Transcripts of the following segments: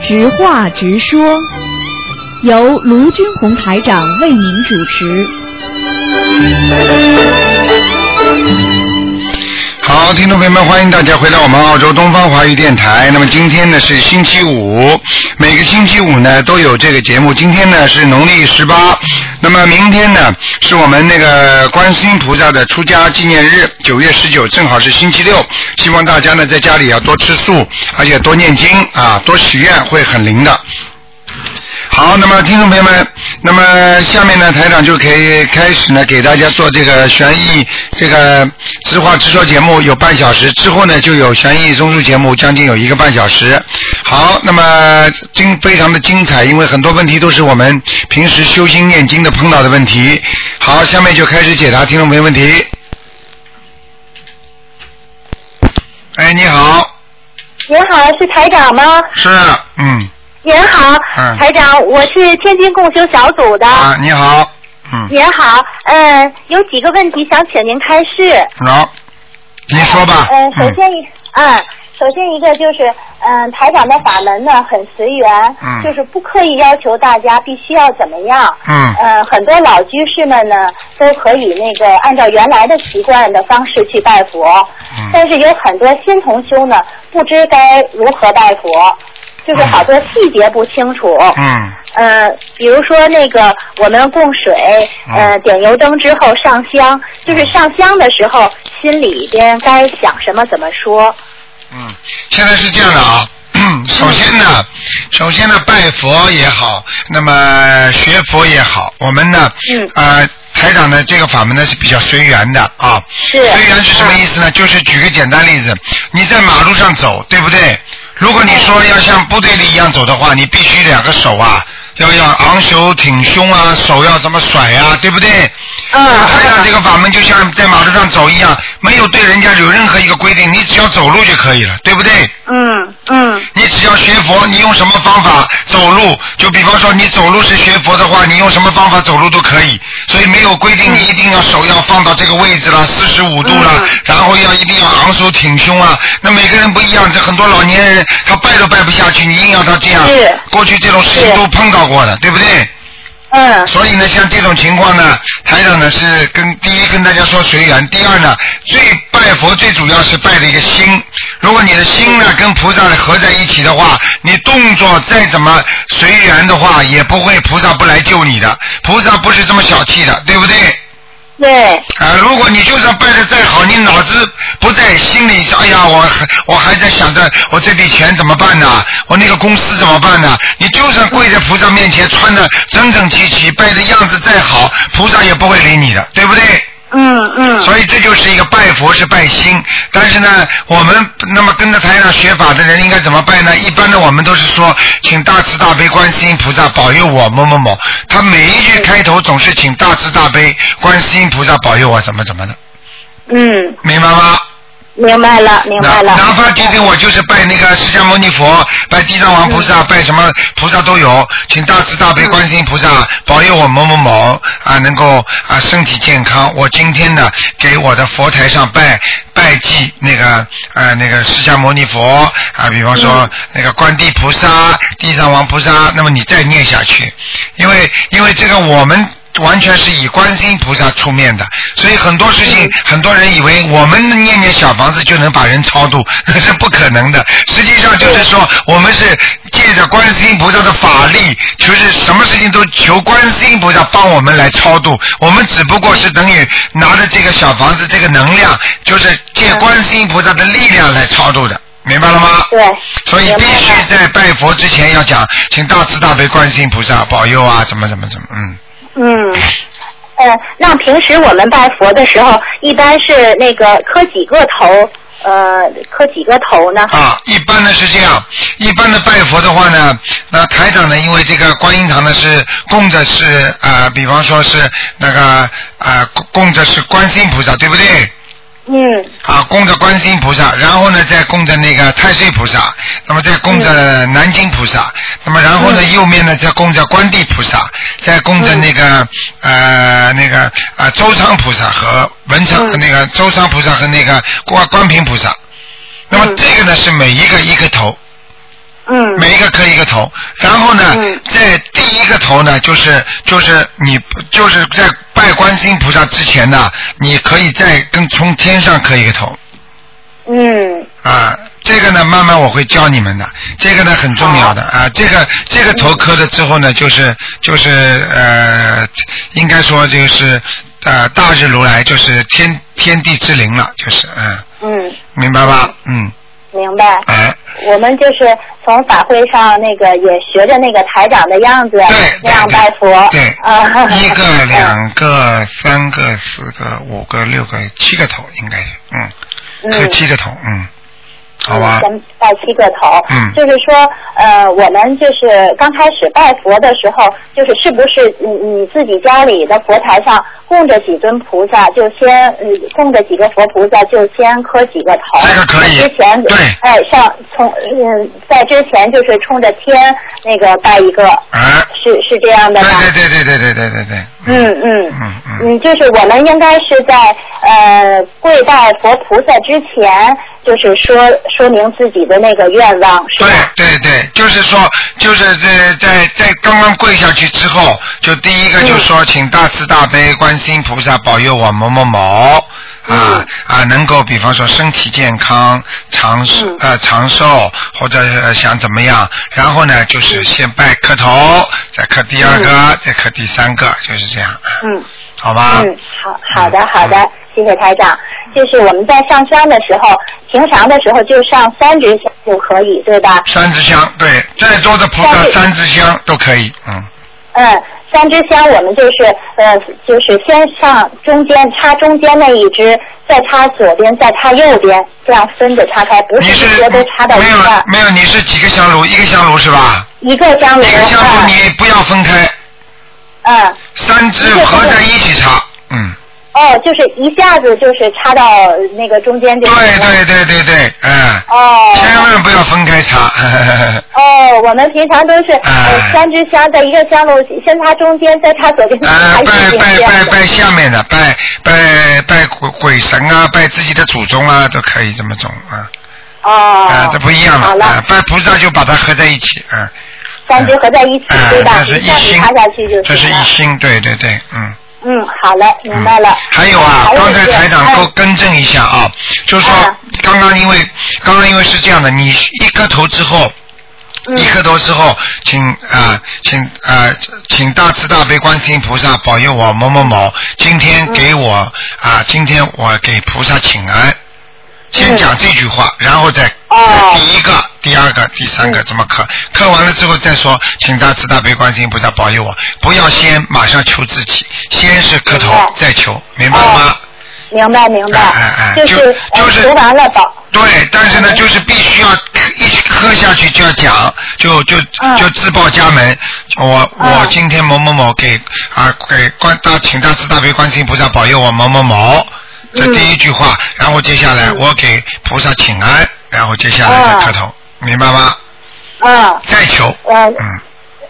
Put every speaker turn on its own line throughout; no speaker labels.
直话直说，由卢军红台长为您主持。
好，听众朋友们，欢迎大家回到我们澳洲东方华语电台。那么今天呢是星期五，每个星期五呢都有这个节目。今天呢是农历十八，那么明天呢是我们那个观世音菩萨的出家纪念日，九月十九，正好是星期六。希望大家呢在家里要多吃素，而且多念经啊，多许愿会很灵的。好，那么听众朋友们，那么下面呢，台长就可以开始呢，给大家做这个悬疑这个直话直说节目，有半小时之后呢，就有悬疑综述节目，将近有一个半小时。好，那么精非常的精彩，因为很多问题都是我们平时修心念经的碰到的问题。好，下面就开始解答听众朋友问题。哎，你好，
您好，是台长吗？
是，嗯，
您好，
嗯
台长，我是天津共修小组的。
啊，你好，嗯，
您好，嗯，有几个问题想请您开示。
好，您说吧，
嗯，首
啊嗯。
先一，嗯，首先一个就是，嗯，台长的法门呢很随缘，
嗯
就是不刻意要求大家必须要怎么样。
嗯
呃，很多老居士们呢，都可以那个按照原来的习惯的方式去拜佛，
嗯
但是有很多新同修呢，不知该如何拜佛，就是好多细节不清楚。
嗯
呃，比如说那个我们供水，
嗯
呃，点油灯之后上香，就是上香的时候心里边该想什么怎么说。
嗯，现在是这样的啊。
嗯
首先呢，首先呢，拜佛也好，那么学佛也好，我们呢，
嗯
呃，台长的这个法门呢是比较随缘的啊。
是嗯
随缘是什么意思呢？就是举个简单例子，你在马路上走，对不对？如果你说
嗯
要像部队里一样走的话，你必须两个手啊，要要昂首挺胸啊，手要怎么甩啊，对不对？
嗯
台哎长这个法门就像在马路上走一样，没有对人家有任何一个规定，你只要走路就可以了，对不对？
嗯嗯
你只要学佛，你用什么方法走路？就比方说你走路是学佛的话，你用什么方法走路都可以，所以没有规定你一定要手要放到这个位置啦，四十五度啦，
嗯
然后要一定要昂首挺胸啊。那每个人不一样，这很多老年人他拜都拜不下去，你硬要他这样
是，
过去这种事情
是
都碰到过的，对不对？
嗯
所以呢，像这种情况呢，台长呢是跟第一跟大家说随缘，第二呢，最拜佛最主要是拜的一个心。如果你的心呢跟菩萨合在一起的话，你动作再怎么随缘的话，也不会菩萨不来救你的。菩萨不是这么小气的，对不对？
对
啊、如果你就算拜的再好，你脑子不在，心里是哎呀，我还我还在想着我这笔钱怎么办呢、我那个公司怎么办呢、你就算跪在菩萨面前，穿的整整齐齐，拜的样子再好，菩萨也不会理你的，对不对？
嗯嗯
所以这就是一个拜佛是拜心，但是呢，我们那么跟着台上学法的人应该怎么拜呢？一般的我们都是说，请大慈大悲观世音菩萨保佑我某某某，他每一句开头总是请大慈大悲观世音菩萨保佑我怎么怎么的，
嗯，
明白吗？
明白了明白了
哪。哪怕今天我就是拜那个释迦牟尼佛，拜地藏王菩
嗯
萨，拜什么菩萨都有，请大慈大悲观世音菩萨保佑我某某某啊，能够啊身体健康。我今天呢，给我的佛台上拜拜祭那个呃那个释迦牟尼佛啊，比方
嗯
说那个观地菩萨、地藏王菩萨，那么你再念下去，因为因为这个我们。完全是以观世音菩萨出面的，所以很多事情，很多人以为我们念念小房子就能把人超度， 那是不可能的。实际上就是说，我们是借着观世音菩萨的法力，就是什么事情都求观世音菩萨帮我们来超度。我们只不过是等于拿着这个小房子这个能量，就是借观世音菩萨的力量来超度的，明白了吗？
对，
所以
明
必
白
须
了
在拜佛之前要讲，请大慈大悲观世音菩萨保佑啊，怎么怎么怎么，嗯。
嗯。呃，那平时我们拜佛的时候，一般是那个磕几个头，呃，磕几个头呢？
啊，一般呢是这样，一般的拜佛的话呢，那台长呢，因为这个观音堂呢是供着是呃，比方说是那个呃供供着是观世音菩萨，对不对？
嗯
啊，供着观世音菩萨，然后呢，再供着那个太岁菩萨，
嗯
那么再供着南京菩萨，那么然后呢，右面呢再供着观地菩萨，在供着那个、
嗯
呃那个啊、周仓菩萨和文昌、
嗯
那个周仓菩萨和那个观观平菩萨。那么
嗯
这个呢是每一个一个头，
嗯
每一个磕一个头，然后呢，
嗯
在第一个头呢，就是就是你就是在拜观世音菩萨之前呢，你可以再跟从天上磕一个头
嗯
啊。这个呢，慢慢我会教你们的。这个呢很重要的啊，这个这个头磕了之后呢，就是就是呃，应该说就是呃大日如来，就是天天地之灵了，就是嗯、
嗯，
明白吧？嗯，
明白。
哎，
我们就是从法会上那个也学着那个台长的样子
对，
那样
对
拜佛。
对，
啊，
一个、
嗯
两个、三个、四个、五个、六个、七个头应该是，嗯，磕
嗯
七个头，嗯，好吧
咱，们嗯拜七个头。
嗯
就是说，呃，我们就是刚开始拜佛的时候，就是是不是你你自己家里的佛台上供着几尊菩萨，就先嗯供着几个佛菩萨，就先磕几个头。
这个可以
之前
对
哎，上从嗯在之前就是冲着天那个拜一个，
哎，
是是这样的
对
吧？
对对对对对对对对，
嗯嗯
嗯嗯，
嗯，就是我们应该是在呃跪拜佛菩萨之前，就是说说明自己的那个愿望，是
对
吧？
对对，就是说，就是在在在刚刚跪下去之后，就第一个
嗯
就说，请大慈大悲观世音菩萨保佑我某某某。
嗯
啊啊，能够比方说身体健康、长寿
嗯
呃长寿，或者呃想怎么样，然后呢
嗯
就是先拜磕头，再磕第二个，再磕第三个，就是这样，啊
嗯，
好吧？
嗯，好好的好的，谢谢台长。就是我们在上香的时候，平常的时候就上三支香就可以，对吧？
三支香，对，在座的菩萨
但是
三支香都可以，嗯，
嗯，三支香我们就是呃，就是先上中间插中间那一支，再插左边，再插右边，这样分着插开，不
你
是
是
一些都插到一
没有
块儿，
没有，你是几个香炉？一个香炉是吧？
一个香炉，
一个香炉你不要分开，
嗯。嗯
三支合在一起插。嗯，
哦，就是一下子就是插到那个中间就
对
行了
对对对对，嗯，
哦
千万不要分开 插。
哦，我们平常都是、呃
哎
三支香在一个香炉，先插中间，再插左边，再插
呃，拜
右边
拜拜
这样子。
拜下面的，拜拜拜鬼鬼神啊，拜自己的祖宗啊，都可以这么种啊，
哦，
啊，这不一样
好
了，
了，
啊，拜菩萨就把它合在一起，啊，
三支合在一起，
啊，
对吧？
这是
一
一
下子
心
插下去，就
这是
行
一
了。
心，对对对，嗯。
嗯，好了，明
嗯，
白了。
还有啊
还，有
刚才
就是
台长
哎
更更正一下啊，就是说
啊
刚刚因为刚刚因为是这样的，你一磕头之后。
嗯
一磕头之后，请啊、请啊、请大慈大悲观世音菩萨保佑我某某某，今
嗯
天给我啊、今天我给菩萨请安，先
嗯
讲这句话，然后再
哦嗯
第一个、第二个、第三个怎么磕，磕完了之后再说，请大慈大悲观世音菩萨保佑我，不要先马上求自己，先是磕头
明白哦
再求，明白了吗？
明白明白，
哎哎哎
就
就是
呃
就是
读完了保。
对，但是呢，就是必须要一喝下去就要讲，就就
嗯
就自报家门。我
嗯
我今天某某某给啊给观大请大慈大悲观世音菩萨保佑我某某某，这
嗯
第一句话。然后接下来我给菩萨请安，然后接下来再磕头，明白吗？
嗯
再求，
呃
嗯，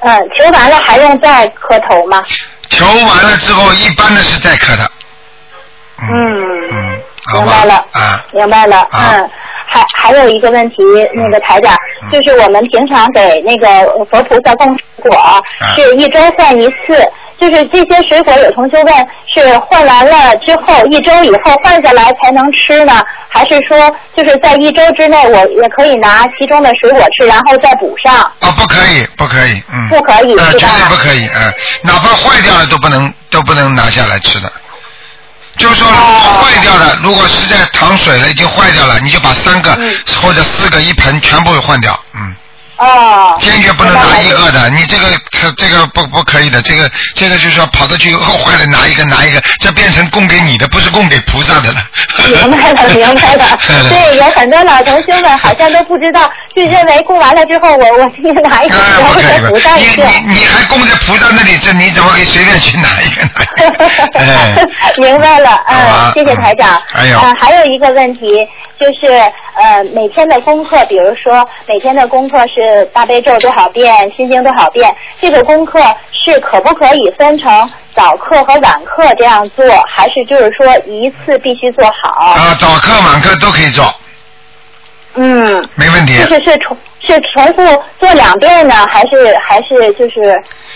嗯，求完了还用再磕头吗？
求完了之后，一般的是再磕的。
嗯
嗯，好
明
吧
白了
啊，
明白了，
啊
嗯，还还有一个问题，那个台长，
嗯
就是我们平常给那个佛菩萨供水果，
啊
是一周换一次，就是这些水果有同学问，是换完了之后一周以后换下来才能吃呢，还是说就是在一周之内我也可以拿其中的水果吃，然后再补上？
啊，不可以，不可以，嗯，
不可以
啊，
是
绝
吧
对不可以，啊，哪怕坏掉了都不能都不能拿下来吃的。就是说，如果
哦
坏掉了，如果实在淌水了，已经坏掉了，你就把三个、
嗯
或者四个一盆全部换掉，嗯，
哦，
坚决不能拿一
明白了
个的，你这个这这个不不可以的，这个这个就是说跑到去哦坏了拿一个拿一个，这变成供给你的，不是供给菩萨的了。。
明白了，明白了 对，有很多老同学们好像都不知道，就认为供完了之后，我哎我今天拿一个，
嗯啊，
然
不
后
可以
再
吧
补上
你
一个。
你你还供在菩萨那里，这你怎么可以随便去拿一个拿一 个？哎，
明白了，嗯、
好吧
谢谢台长
嗯。还有
呃还有一个问题就是，呃，每天的功课，比如说每天的功课是是大悲咒多少遍，心经多少遍，这个功课是可不可以分成早课和晚课这样做，还是就是说一次必须做好？
啊，早课晚课都可以做，
嗯，
没问题。
就是是重是重复做两遍呢，还是还是就是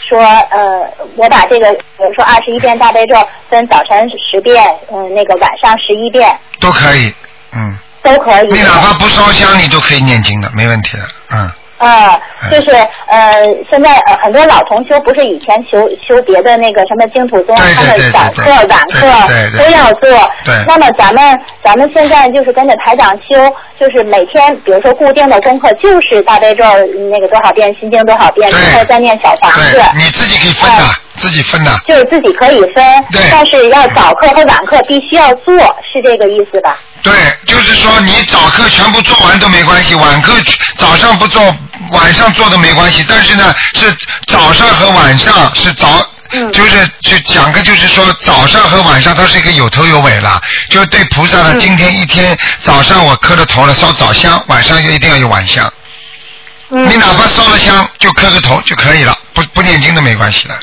说呃，我把这个比如说二十一遍大悲咒分早晨十遍，嗯，那个晚上十一遍
都可以，嗯，
都可以。
你哪怕不烧香，你都可以念经的，没问题的，嗯。
啊，就是呃，现在呃很多老同修不是以前修修别的那个什么净土宗，啊
对
他
对对
们早
对
课
对
晚课
对对对
都要做。
对
那么咱们咱们现在就是跟着台长修，就是每天比如说固定的功课就是大悲咒嗯那个多少遍，心经多少遍，
对
然后再念小房子
对，，你自己可以分的
哎，
自己分的。
就是自己可以分
对，
但是要早课和晚课必须要做，是这个意思吧？
对，就是说你早课全部做完都没关系，晚课早上不做，晚上做都没关系。但是呢，是早上和晚上是早。
嗯
就是就讲个，就是说早上和晚上它是一个有头有尾了，就是对菩萨的。今天一天早上我磕了头了，烧早香，晚上就一定要有晚香。
嗯
你哪怕烧了香就磕个头就可以了，不不念经都没关系的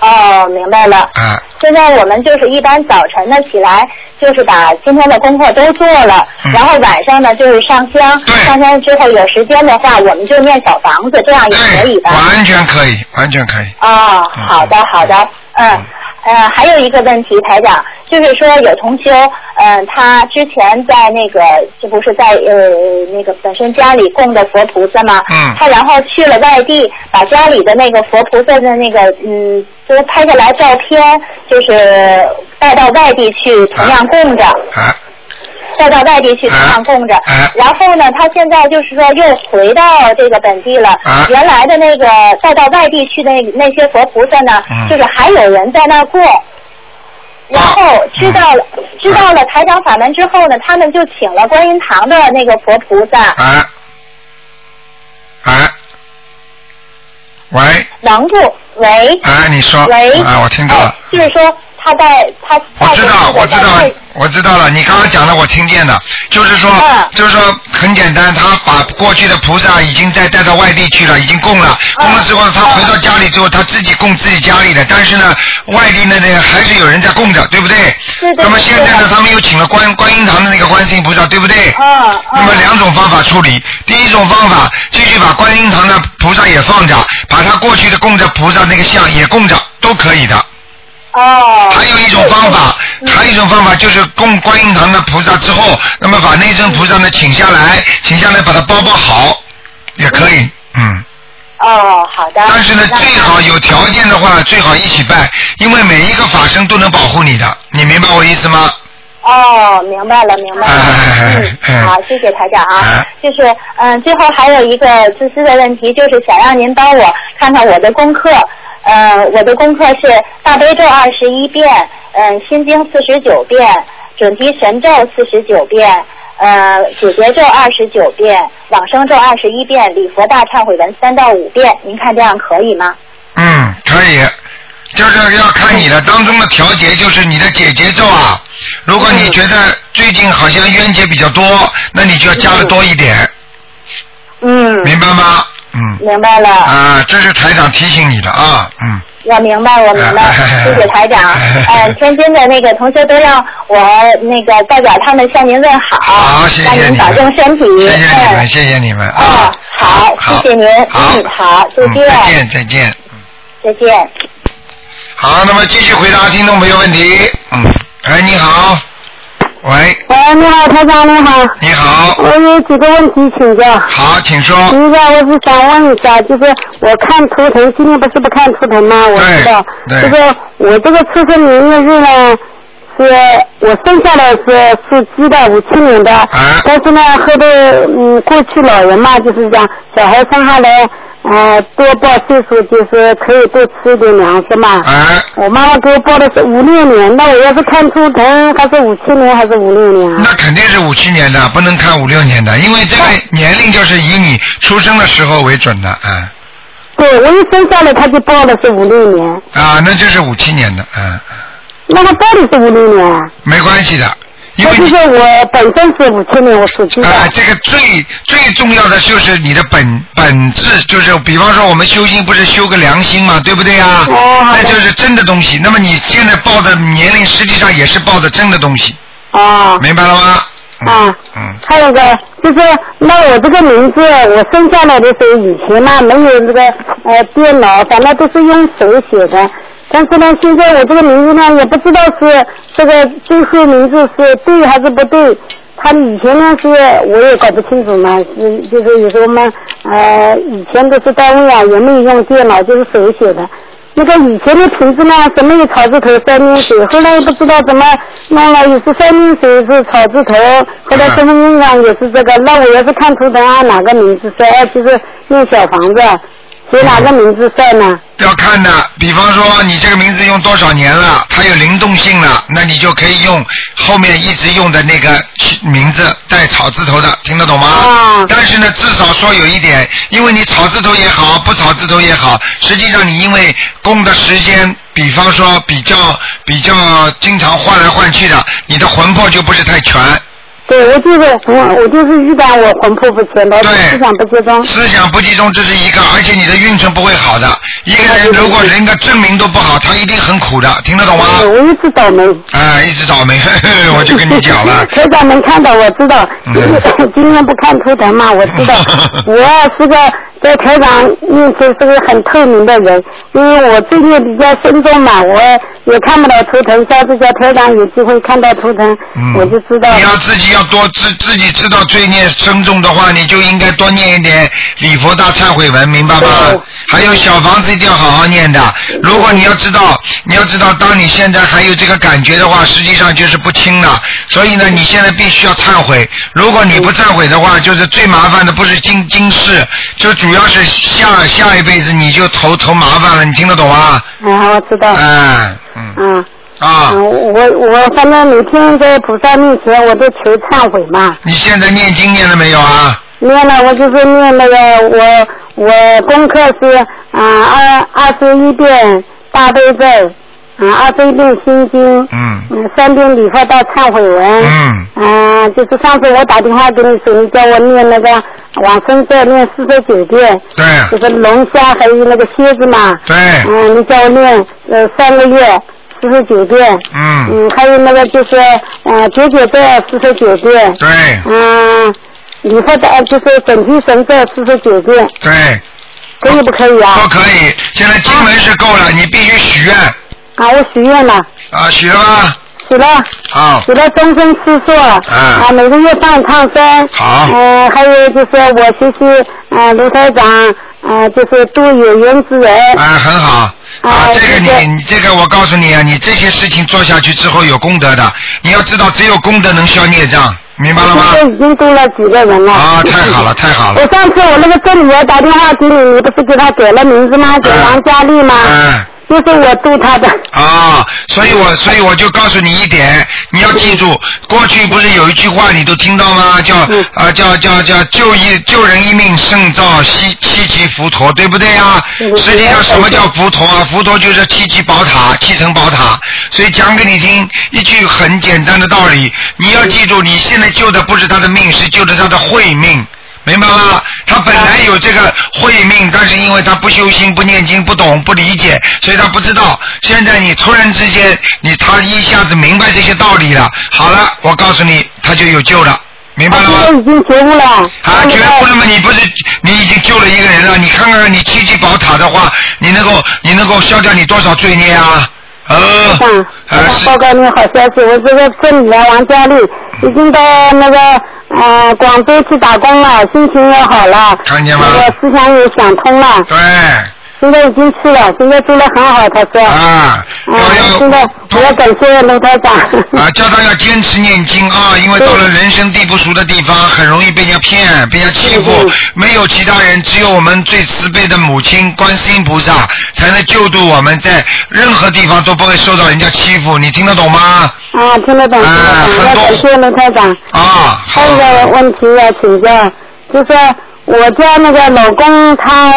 哦，明白了。
啊。
现在我们就是一般早晨呢起来，就是把今天的功课都做了，
嗯
然后晚上呢就是上香，上香之后有时间的话，我们就念小房子，这样也可以啊
对，
的。
完全可以，完全可以。
哦，
嗯
好的好的，嗯。呃，还有一个问题，台长，就是说有同修，嗯、他之前在那个，这不是在呃那个本身家里供的佛菩萨吗？
嗯
他然后去了外地，把家里的那个佛菩萨的那个，嗯，就是拍下来照片，就是带到外地去同样供着。
啊
带到外地去
哎
同样供着。然后呢，他现在就是说又回到这个本地了。
啊
原来的那个带到外地去的那那些佛菩萨呢，
嗯
就是还有人在那儿供。
啊
然后知道了，
嗯
知道了台长法门之后呢，他们就请了观音堂的那个佛菩萨，
啊啊，喂
能不喂？
啊，你说
喂
啊，我听到了。
哎就是说他在他我
知道，我知道，我知道了。你刚刚讲的我听见了，就是说，就是说很简单，他把过去的菩萨已经在带到外地去了，已经供了，供了之后，他回到家里之后，他自己供自己家里的，但是呢，外地的那个还是有人在供着，对不对？那么现在呢，他们又请了观观音堂的那个观世音菩萨，对不
嗯
对？那么两种方法处理，第一种方法继续把观音堂的菩萨也放着，把他过去的供着菩萨那个像也供着，都可以的。
哦
还有一种方法，还有一种方法就是供观音堂的菩萨之后，那么把那尊菩萨呢请下来，请下来把它包包好，也可以。嗯，
哦，好的。
但是呢，最好有条件的话，最好一起拜，因为每一个法身都能保护你的，你明白我意思吗？
哦，明白了，明白了。
哎
嗯，好，谢谢台长啊。就是嗯，最后还有一个自私的问题，就是想让您帮我看看我的功课。呃，我的功课是大悲咒二十一遍，嗯、心经四十九遍，准提神咒四十九遍，呃，解结咒二十九遍，往生咒二十一遍，礼佛大忏悔文三到五遍。您看这样可以吗？
嗯，可以，就是要看你的
哦
当中的调节，就是你的解节奏啊。如果你觉得最近好像冤结比较多，那你就要加的多一点，
嗯，
明白吗？嗯。
明白了。
啊，这是台长提醒你的啊，嗯，
我明白，我明白，
啊
谢谢台长。呃，天津的那个同学都让我那个代表他们向您问好，
好，谢
让
谢
您
你
保
们，
重身体。
谢谢你
嗯，
们，谢谢你们啊，
哦，好，谢谢您，嗯，好，再
嗯
见，
再见，再见。
再见。
好，那么继续回答听众朋友问题。嗯，哎，你好，喂，
喂，你好，台长，你好。
你好。
我有几个问题请教。
好，请说。
第
嗯
一个，我是想问一下，就是我看图腾，今天不是不看图腾吗？我知道，
对
就是我这个出生年月日呢，是我生下来是属鸡的，五七年的。
啊哎
但是呢，后头嗯，过去老人嘛，就是讲小孩生下来，呃，多报岁数就是可以多吃一点粮食嘛。
啊哎
我妈妈给我报的是五六年，那我要是看图腾，还是五七年还是五六年啊？
那肯定是五七年的，不能看五六年的，因为这个年龄就是以你出生的时候为准的，嗯，
对，我一生下来他就报的是五六年，
啊，那就是五七年的，嗯，
那他报的是五六年啊，
没关系的，因为
就是我本身是五千年，我属鸡的。
啊，这个最最重要的就是你的本本质，就是比方说我们修心不是修个良心嘛，对不对呀？
哦好
那
的
就是真的东西。那么你现在报的年龄，实际上也是报的真的东西，
啊
明白了吗？
啊，
嗯，
还有个就是，那我这个名字，我生下来的时候以前嘛没有这个呃电脑，反正都是用手写的。但是呢，现在我这个名字呢，也不知道是这个最后名字是对还是不对。他以前呢是我也搞不清楚嘛，是就是有时候嘛，呃，以前都是单位啊，也没有用电脑，就是手写的。那个以前的瓶子呢，是没有草字头三点水，后来不知道怎么弄了，也是三点水是草字头，后来身份证上也是这个。那我要是看图腾啊，哪个名字帅，哎，就是用小房子，
嗯
写哪个名字帅呢？
要看的，比方说你这个名字用多少年了，它有灵动性了，那你就可以用后面一直用的那个名字带草字头的，听得懂吗？
啊
但是呢，至少说有一点，因为你草字头也好，不草字头也好，实际上你因为供的时间，比方说比较比较经常换来换去的，你的魂魄就不是太全，
对，我就是我，我就是预感我魂魄不全，老是
对
思想不集中。
思想不集中，这是一个，而且你的运程不会好的。一个人如果人的证明都不好，他一定很苦的，听得懂吗？
对我一直倒霉。。
啊，一直倒霉， 呵呵我就跟你讲了
台长能看到，我知道。
嗯。
今天 今天不看图腾嘛，我知道 我是个在台长面前是个很透明的人，因为我最近比较深重嘛，我也看不到图腾。下次叫台长有机会看到图腾，
嗯
我就知道。
你要自己要多自自己知道罪孽深重的话，你就应该多念一点礼佛大忏悔文，明白吗
对？
还有小房子一定要好好念的。如果你要知道，你要知道，当你现在还有这个感觉的话，实际上就是不轻的。所以呢，你现在必须要忏悔。如果你不忏悔的话，就是最麻烦的不是今今世，就主要是下下一辈子你就头头麻烦了。你听得懂啊？
啊，我知道。
哎，嗯
嗯，
啊。
嗯我我反正每天在菩萨面前，我都求忏悔嘛。
你现在念经念了没有啊？
念了，我就是念那个我我功课是啊二二十一遍大悲咒，啊二十一遍心经，
嗯
嗯三遍礼佛大忏悔文，
嗯
啊就是上次我打电话给你说，你叫我念那个往生咒念四十九遍，
对
就是龙虾还有那个蝎子嘛，
对，
嗯你叫我念呃三个月四十九遍，
嗯
嗯还有那个就是呃九九咒四十九遍，
对
嗯，以后的呃就是整体神咒四十九遍，
对，
可以不可以
都
啊？
可以。现在经文是够了，你必须许愿
啊，我许愿了，
啊，许了吗？
许了
好
许，了终身吃素，啊，每个月放一趟生，
好
嗯、还有就是我学习呃卢台长，呃就是度有缘之人，
啊，很好。啊，
啊
这个
谢谢
你你这个我告诉你啊，你这些事情做下去之后有功德的，你要知道只有功德能消孽障，明白了吗
现？在已经度了几个人了。
啊，太好了，太好
我
了。
上次我那个郑女儿打电话给你，你不是给她改了名字吗？给
嗯
王佳丽吗？
嗯。
就是我度她的。
啊，所以我所以我就告诉你一点，你要记住，过去不是有一句话你都听到吗？叫啊、
嗯
叫叫叫救一救人一命胜造七七级浮屠，对不对啊？
嗯
实际上什么叫浮屠啊？浮屠就是七级宝塔，七层宝塔。所以讲给你听一句很简单的道理，你要记住，你现在救的不是他的命，是救的他的慧命。明白吗？他本来有这个慧命，但是因为他不修心、不念经、不懂、不理解，所以他不知道。现在你突然之间，你他一下子明白这些道理了。好了，我告诉你，他就有救了，明白了
他现在
吗？
已经觉悟了。
啊，觉悟了吗？你不是你已经救了一个人了？你看看你七级宝塔的话，你能够你能够消掉你多少罪孽啊？呃
嗯，，
呃
我
是
报告你好消息，我这个郑女儿王佳丽已经到那个呃广州去打工了，心情也好了，
看见吗
那个思想也想通了，
对
现在已经去了，现在做的很好，他说。
啊，
嗯
要要，
现在我要感谢卢台长。
啊，叫他要坚持念经啊，因为到了人生地不熟的地方，很容易被人家骗、被人家欺负
嗯。
没有其他人，只有我们最慈悲的母亲观世音菩萨，才能救度我们在任何地方都不会受到人家欺负。你听得懂吗？
啊，听得懂，听
啊
得懂，
很多
要感谢卢台长。
啊，好
还，有一个问题要请教，就是我家那个老公他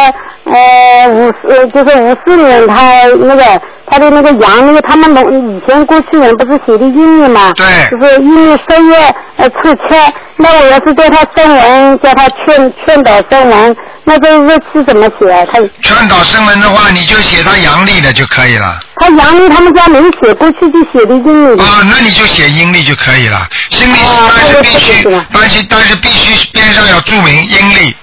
呃五四就是五四年他那个他的那个羊，那个他们农以前过去人不是写的阴历嘛，
对
就是阴历三月呃初七，那我要是叫他生文，叫他劝劝导生文，那这日期怎么写啊？他
劝导声文的话，你就写他阳历的就可以了。
他阳历他们家没写，过去就写的阴历的。
啊，那你就写阴历就可以了。阴历但是必
哦
须，但是但是必须边上要注明阴历。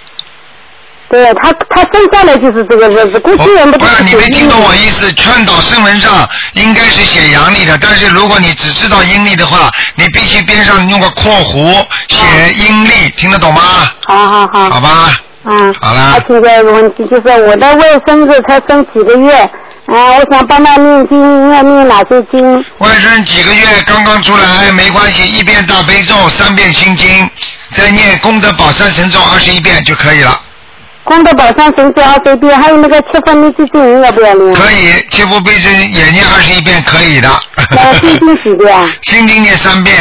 对他，他生下来就是这个日子，过去人不都
哦不
是
是你
写
没
阴
听
历
懂
的
我意思，劝导声文上应该是写阳历的，但是如果你只知道阴历的话，你必须边上用个括弧
啊
写阴历，听得懂吗？
好好好，
好吧，
嗯，
好啦
还有一个问题就是我的外孙子才生几个月，嗯、我想帮他念经，要念哪些经？
外甥几个月刚刚出来没关系，一遍大悲咒，三遍心经，再念功德宝山神咒二十一遍就可以了。
功德宝山神咒二十一遍，还有那个七分密集经要不要念？
可以，切腹背针也念二十一遍可以的。
那个心经几遍？
心经念三遍，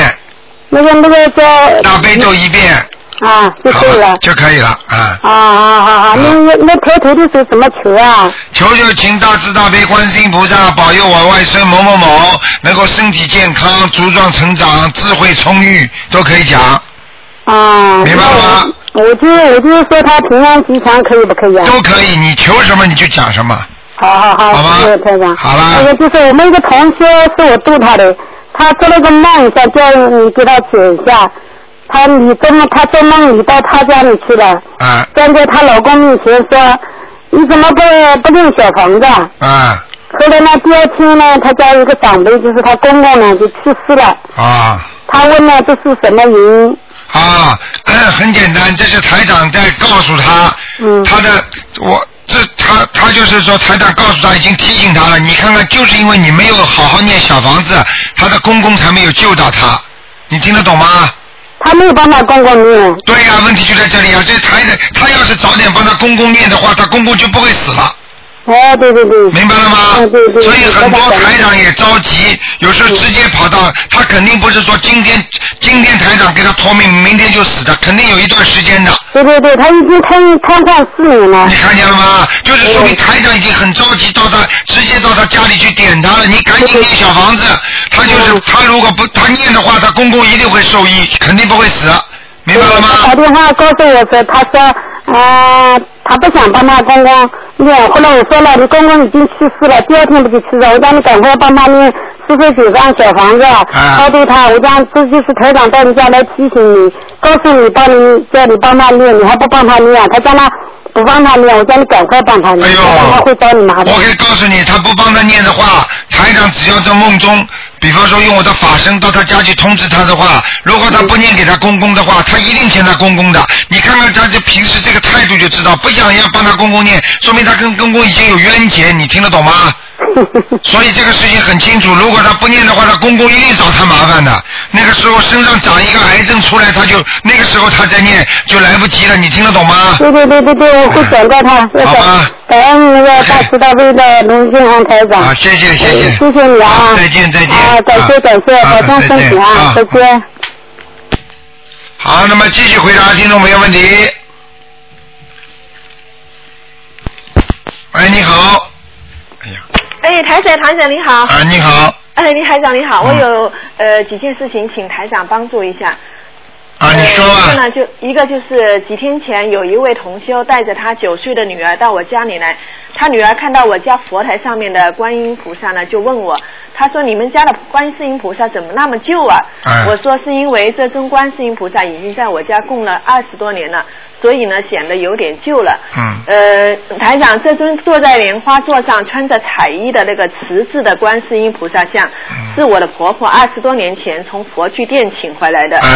那个那个叫
大悲咒一遍，
啊，就
好
对了
了。就可以了啊。
啊啊啊啊！那那那抬头的时候怎么求啊？
求求请大慈大悲观世音菩萨保佑我外孙某某某能够身体健康、茁壮成长、智慧充裕，都可以讲，
啊，
明白吗？
我就我就说他平安吉祥，可以不可以啊？
都可以。你求什么你就讲什么。
好好好，
好吧
谢谢台长。
好啦
那个就是我们一个同学是我度他的，他做了个梦，想叫你给他解一下。他你做梦，他做梦你到他家里去了，
啊
站在她老公面前说：“你怎么不不弄小房子啊？”
啊
后来呢，第二天呢，他家有一个长辈，就是他公公呢就去世了。
啊
他问呢这是什么原因？
啊！ 很简单，这是台长在告诉他，
嗯，
他的我这他他就是说台长告诉他已经提醒他了，你看看就是因为你没有好好念小房子，他的公公才没有救到他，你听得懂吗？
他没有帮他公公念。
对呀、问题就在这里啊！这台长他要是早点帮他公公念的话，他公公就不会死了，
哎，对对对，
明白了吗？
嗯对对嗯
所以很多
明白
台长也着急，有时候直接跑到他肯定不是说今天今天台长给他托命，明天就死的，肯定有一段时间的。
对对对，他已经瘫瘫痪四年了
你。看见了吗？就是说明台长已经很着急，到他直接到他家里去点他了。你赶紧念小房子，他就是他如果不他念的话，他公公一定会受益，肯定不会死，明白了吗？
他打电话告诉我说，他说，啊、他不想帮他公公念。后来我说了，你公公已经去世了，第二天不就去世了？我让你赶快帮他念四十九张小房子，
啊
告诉他，我让这就是台长到你家来提醒你，告诉你帮你叫你帮他念，你还不帮他念，他叫他不帮他念，我叫你赶快帮他念，
哎呦
不然他会找你麻烦
我。可以告诉你，他不帮他念的话，台长只要在梦中，比方说用我的法身到他家去通知他的话，如果他不念给他公公的话，他一定欠他公公的。你看看他这平时这个态度就知道，不想要帮他公公念，说明他跟公公已经有冤结，你听得懂吗？所以这个事情很清楚，如果他不念的话，他公公一定找他麻烦的。那个时候身上长一个癌症出来，他就那个时候他再念就来不及了，你听得懂吗？
对对对对对，我会转告他，要
好
感
吧
感恩那个大慈大悲的卢俊宏台长。
好，啊谢谢谢谢，
嗯谢谢你啊
好！再见再见，
啊，感谢感谢，
啊
保重身体啊，再。
见
见。
好，那么继续回答听众朋友问题。喂，你好。哎呀，
哎，台长，台长你好。
啊，你好，
哎，你台长你好，
嗯
我有呃几件事情请台长帮助一下。
啊，你说
呃一个
吧，
呢，就一个就是几天前有一位同修带着他九岁的女儿到我家里来，他女儿看到我家佛台上面的观音菩萨呢，就问我，他说你们家的观世音菩萨怎么那么旧啊？
哎
我说是因为这尊观世音菩萨已经在我家供了二十多年了，所以呢显得有点旧了。
嗯，
呃，台长，这尊坐在莲花座上、穿着彩衣的那个瓷质的观世音菩萨像，
嗯
是我的婆婆二十多年前从佛具店请回来的。
哎，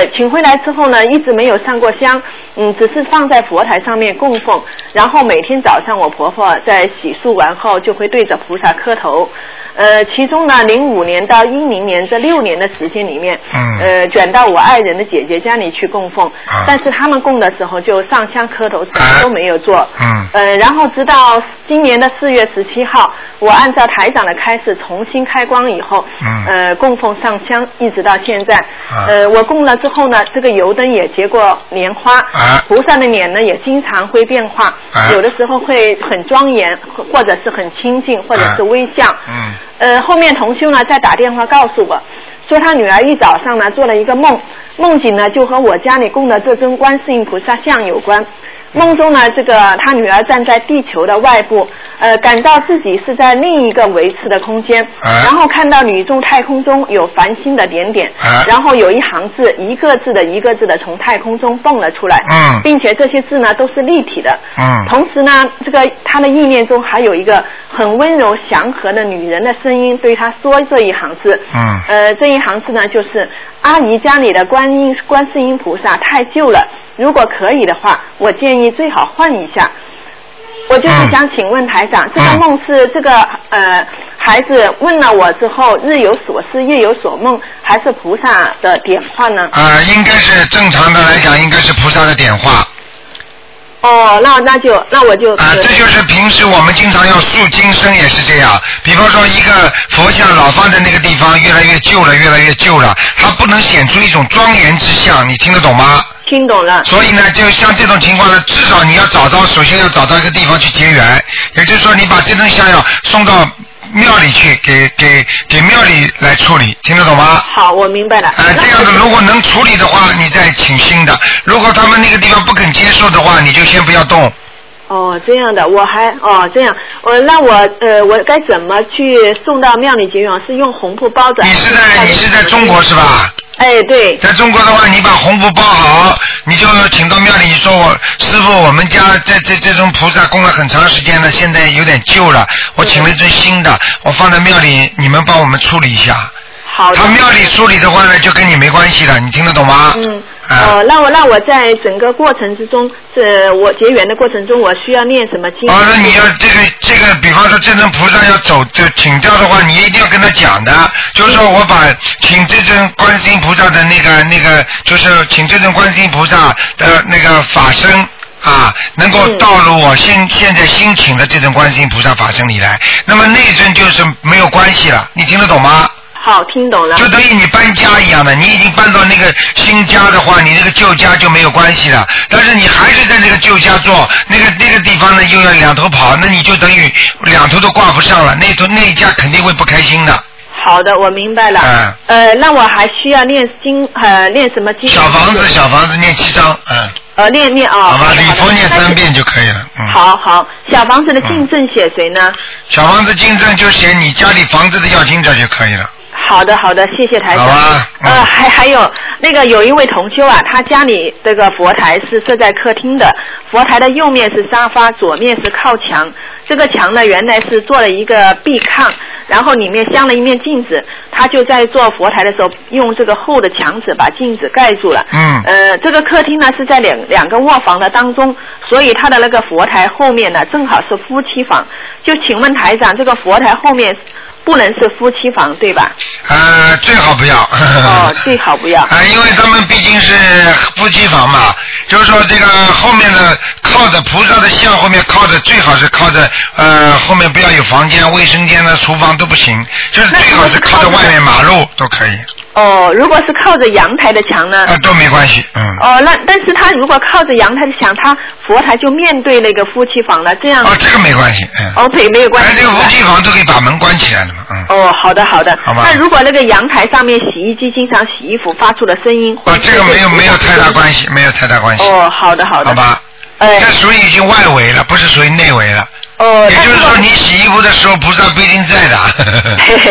呃，请回来之后呢，一直没有上过香，嗯，只是放在佛台上面供奉。然后每天早上，我婆婆在洗漱完后就会对着菩萨磕头。呃，其中呢，零五年到一零年这六年的时间里面，
嗯
呃，卷到我爱人的姐姐家里去供奉，
啊
但是他们供的时候就上香磕头，什么都没有做。
嗯
呃，然后直到今年的四月十七号，我按照台长的开示重新开光以后，
嗯
呃，供奉上香一直到现在。
啊
呃，我供了之后呢，这个油灯也结过莲花，
啊
菩萨的脸呢也经常会变化，
啊
有的时候会很庄严，或或者是很清静，或者是微笑。
嗯
呃，后面同修呢再打电话告诉我，说他女儿一早上呢做了一个梦，梦境呢就和我家里供的这尊观世音菩萨像有关。梦中呢，这个他女儿站在地球的外部，呃，感到自己是在另一个维次的空间，
啊
然后看到宇宙太空中有繁星的点点，
啊
然后有一行字一个字的一个字的从太空中蹦了出来，
嗯
并且这些字呢都是立体的，
嗯
同时呢，这个他的意念中还有一个很温柔祥和的女人的声音对他说这一行字。
嗯
呃，这一行字呢，就是阿姨家里的观音观世音菩萨太旧了，如果可以的话，我建议最好换一下。我就是想请问台
啊
长，这个梦是这个呃孩子问了我之后，日有所思，夜有所梦，还是菩萨的点化呢？
啊，应该是正常的来讲，应该是菩萨的点化。
哦，那那就那我就
啊，这就是平时我们经常要塑金身也是这样。比方说，一个佛像老放在那个地方，越来越旧了，越来越旧了，它不能显出一种庄严之相，你听得懂吗？
听懂了。
所以呢，就像这种情况呢，至少你要找到，首先要找到一个地方去结缘，也就是说，你把这尊像要送到庙里去，给给给庙里来处理，听得懂吗？
好，我明白了。
啊，这样的如果能处理的话，你再请新的；如果他们那个地方不肯接受的话，你就先不要动。
哦，这样的，我还哦这样，我那我呃我该怎么去送到庙里结缘？是用红布包着？啊
你是在你是在中国是吧？
哎，对，
在中国的话，你把红布包好，你就请到庙里，你说我师傅，我们家这这这种菩萨供了很长时间了，现在有点旧了，我请了一尊新的，我放在庙里，你们帮我们处理一下。
好的。
他庙里处理的话呢，就跟你没关系了，你听得懂吗？
嗯，
啊
哦，，那我那我在整个过程之中，是我结缘的过程中，我需要念什么经？
哦，那你要这个这个，比方说这尊菩萨要走就请教的话，你一定要跟他讲的，就是说我把请这尊观世音菩萨的那个那个，就是请这尊观世音菩萨的那个法身。啊，能够
嗯
倒入我现现在新请的这尊观世音菩萨法身里来，那么那尊就是没有关系了，你听得懂吗？
好，听懂了。
就等于你搬家一样的，你已经搬到那个新家的话，你那个旧家就没有关系了。但是你还是在那个旧家做，那个那个地方呢又要两头跑，那你就等于两头都挂不上了，那头那一家肯定会不开心的。
好的，我明白了。
嗯
呃，那我还需要念经，呃，念什么经？
小房子，小房子念七章，嗯，
呃，念念啊。
好吧，
好的
礼佛念
好的
三遍嗯就可以了，嗯。
好好，小房子的净证写谁呢？
小房子经证就写你家里房子的要经者就可以了。
好的，好的，谢谢台长。
好吧嗯
呃，还还有那个有一位同修啊，他家里这个佛台是设在客厅的，佛台的右面是沙发，左面是靠墙。这个墙呢，原来是做了一个壁炕，然后里面镶了一面镜子。他就在做佛台的时候，用这个厚的墙纸把镜子盖住了。
嗯
呃，这个客厅呢是在两两个卧房的当中，所以他的那个佛台后面呢正好是夫妻房。就请问台长，这个佛台后面不能是夫妻房对吧？
呃，最好不要。
哦，最好不要。
啊，因为他们毕竟是夫妻房嘛，就是说这个后面的靠着菩萨的像后面靠着，最好是靠着呃后面不要有房间、卫生间呢、厨房都不行，就是最好是靠着外面马路都可以，
哦，如果是靠着阳台的墙呢？
啊都没关系，嗯。
嗯哦，那但是他如果靠着阳台的墙，他佛台就面对那个夫妻房了，这样
哦，这个没关系，嗯。
哦，对，没有关
哎，
系。
这个
是
夫
吧
妻房都可以把门关起来的嘛，嗯。
哦，好的好的。
好吧
那如果那个阳台上面洗衣机经常洗衣服发出的声音，
啊，这个没有没有太大关系，没有太大关系，
哦，好的好的。
好。吧？
哎
这，属于已经外围了，不是属于内围了。
哦，
也
那
就
如
是
果
说，你洗衣服的时候，菩萨不一定在的。啊
嘿嘿嘿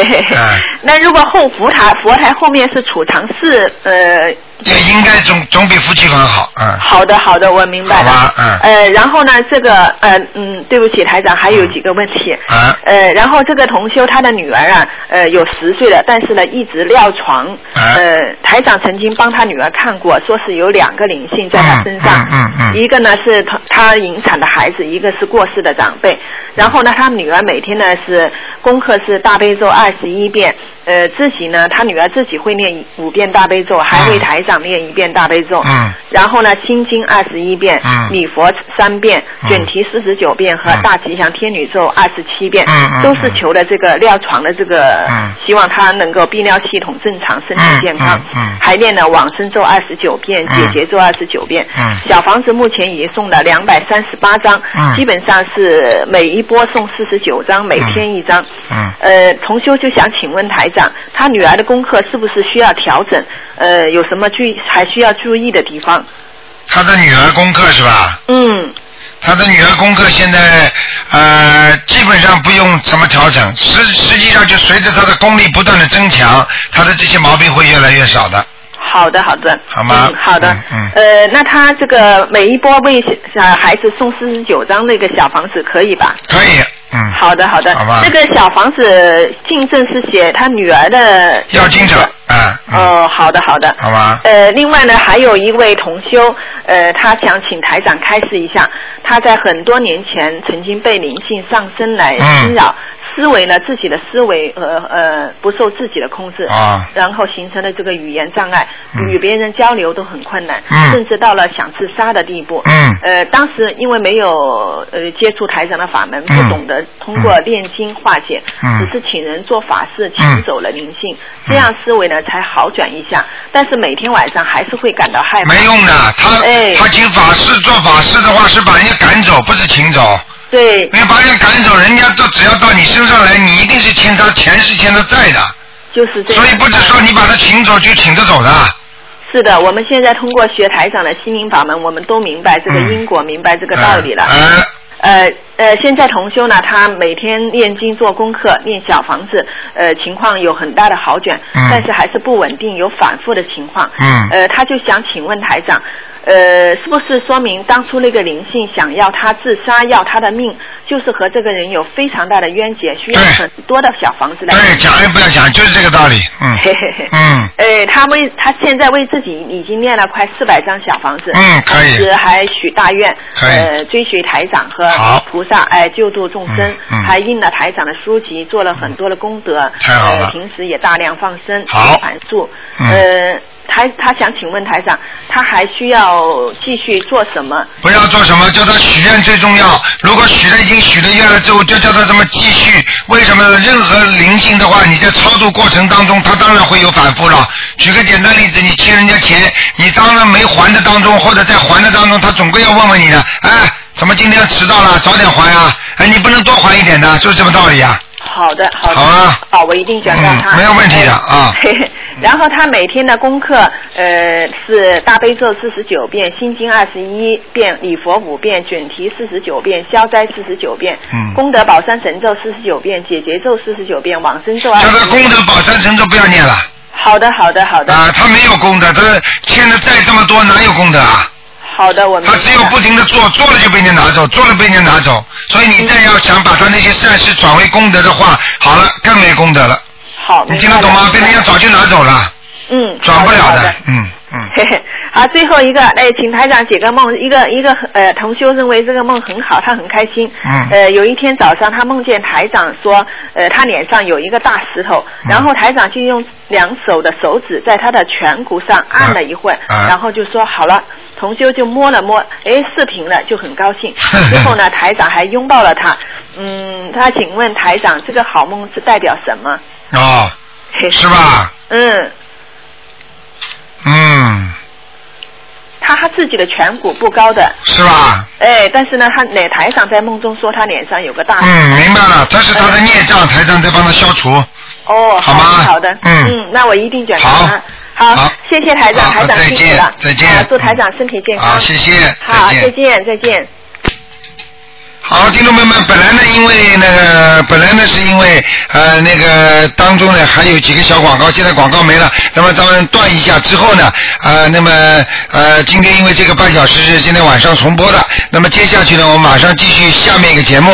嘿
嗯。
那如果后佛台佛台后面是储藏室，呃，
也应该总总比夫妻房好，嗯。
好的，好的，我明白了。
好吧嗯
呃，然后呢，这个呃嗯，对不起，台长，还有几个问题。
啊
呃，然后这个同修他的女儿啊，呃，有十岁了，但是呢一直尿床。
啊
呃，台长曾经帮他女儿看过，说是有两个灵性在他身上。
嗯嗯嗯嗯
一个呢是他他引产的孩子，一个是过世
嗯
的长辈。然后呢，他女儿每天呢是功课是大悲咒二十一遍，呃自己呢，他女儿自己会念五遍大悲咒，还为台长念一遍大悲咒。
嗯。
然后呢，心经二十一遍，
嗯
礼佛三遍，
嗯
准提四十九遍和
嗯
大吉祥天女咒二十七遍，
嗯嗯
都是求的这个尿床的这个，
嗯
希望他能够泌尿系统正常，身体
嗯
健康。
嗯嗯
还念了往生咒二十九遍，
嗯
解结咒二十九遍。
嗯
小房子目前已经送了两百三十八张，
嗯
基本上是每一波送四十九张，每天一张。
嗯
呃，同修就想请问台长，他女儿的功课是不是需要调整？呃，有什么注意还需要注意的地方？
他的女儿功课是吧？
嗯，
他的女儿功课现在呃基本上不用怎么调整，实实际上就随着他的功力不断的增强，他的这些毛病会越来越少的。
好的，好的，
好吗
嗯、好的，
嗯嗯
呃，那他这个每一波为小孩子送四十九张那个小房子可以吧？
可以，嗯。
好的，好的。
好吧
这个小房子进证是写他女儿的。呃
要经常，啊，嗯，
哦，好的，好的。
好吧，
呃，另外呢，还有一位同修，呃，他想请台长开示一下，他在很多年前曾经被灵性上身来
嗯
侵扰，思维呢自己的思维呃呃不受自己的控制，
啊
然后形成了这个语言障碍，
嗯
与别人交流都很困难，
嗯
甚至到了想自杀的地步。
嗯
呃，当时因为没有呃接触台长的法门，不
嗯
懂得通过念经化解，
嗯
只是请人做法事
嗯
请走了灵性，这样思维呢才好转一下。但是每天晚上还是会感到害怕。
没用的，他
哎
他请法师做法事的话是把人家赶走，不是请走。
对，
你把人赶走，人家都只要到你身上来，你一定是欠他前世欠他债的，
就是这样。嗯
所以不是说你把他请走就请得走的。
是的，我们现在通过学台长的心灵法门，我们都明白这个
嗯
因果，明白这个道理了。
呃
呃呃，现在同修呢，他每天念经做功课，念小房子，呃，情况有很大的好转，
嗯
但是还是不稳定，有反复的情况。
嗯
呃，他就想请问台长，呃，是不是说明当初那个灵性想要他自杀，要他的命，就是和这个人有非常大的冤结，需要
对
很多的小房子来。
哎对，讲也不要讲，就是这个道理。嗯
嘿嘿 嘿。
嗯
呃，他为他现在为自己已经念了快四百张小房子，
嗯，可以
同。时还许大愿，
可以
呃，追随台长和
好
菩萨，哎、救度众生，
嗯嗯
还印了台长的书籍，做了很多的功德，
太好了
呃，平时也大量放生，
好
反素，
嗯
呃，台他想请问台长，他还需要继续做什么？
不要做什么，叫他许愿最重要。如果许了已经许了愿了之后，就叫他这么继续。为什么呢？任何灵性的话，你在操作过程当中，他当然会有反复了。举个简单例子，你欠人家钱，你当然没还的当中，或者在还的当中，他总归要问问你的，哎，怎么今天迟到了？早点还啊！ 哎，你不能多还一点的，就是这么道理啊。
好的，好的，
好啊
我一定转告他、
嗯没有问题的啊
嘿嘿 然后他每天的功课，呃，是大悲咒四十九遍，心经二十一遍，礼佛五遍，准提四十九遍，消灾四十九遍，
嗯
功德宝山神咒四十九遍，解结咒四十九遍，往生咒二
叫他
十
功德宝山神咒不要念了
好的，好的，好的，
啊，他没有功德，他欠的债这么多，哪有功德啊？
好的，我明
他
白了。
只有不停的做，做了就被人家拿走，做了被人家拿走。所以你再要想把他那些善事转为功德的话，好了，更没功德了。
好，
你
明
听
白
得
了
懂吗？被
明
人
白
家
了
早就拿走了，
嗯，
转不
好
了
的。好
的。嗯嗯。
嘿嘿， 好，最后一个，哎，请台长解个梦，一个一个呃，同修认为这个梦很好，他很开心。
嗯
呃，有一天早上，他梦见台长说，呃，他脸上有一个大石头，
嗯
然后台长就用两手的手指在他的颧骨上按了一会儿，
啊啊
然后就说好了。同修就摸了摸，哎，视频了，就很高 兴。之后呢，台长还拥抱了他。嗯，他请问台长，这个好梦是代表什么？
哦，
嘿
是？吧？
嗯，
嗯，
他他自己的颧骨不高的，
是吧？
哎，但是呢，他哪台长在梦中说他脸上有个大、
嗯，明白了，这是他的孽障，台上在帮他消除。
哦，
好
的
吗
好的，
嗯
那我一定转告他。
好
好，
好
谢谢台长，
好
台长
再
辛苦了，
见再见
啊祝台长身体健康。
好，谢谢，
好，
再
再
见。
见，再见。
好，听众朋友们，本来呢，因为那个，本来呢是因为呃那个当中呢还有几个小广告，现在广告没了，那么咱们断一下之后呢，呃，那么呃今天因为这个半小时是今天晚上重播的，那么接下去呢，我们马上继续下面一个节目。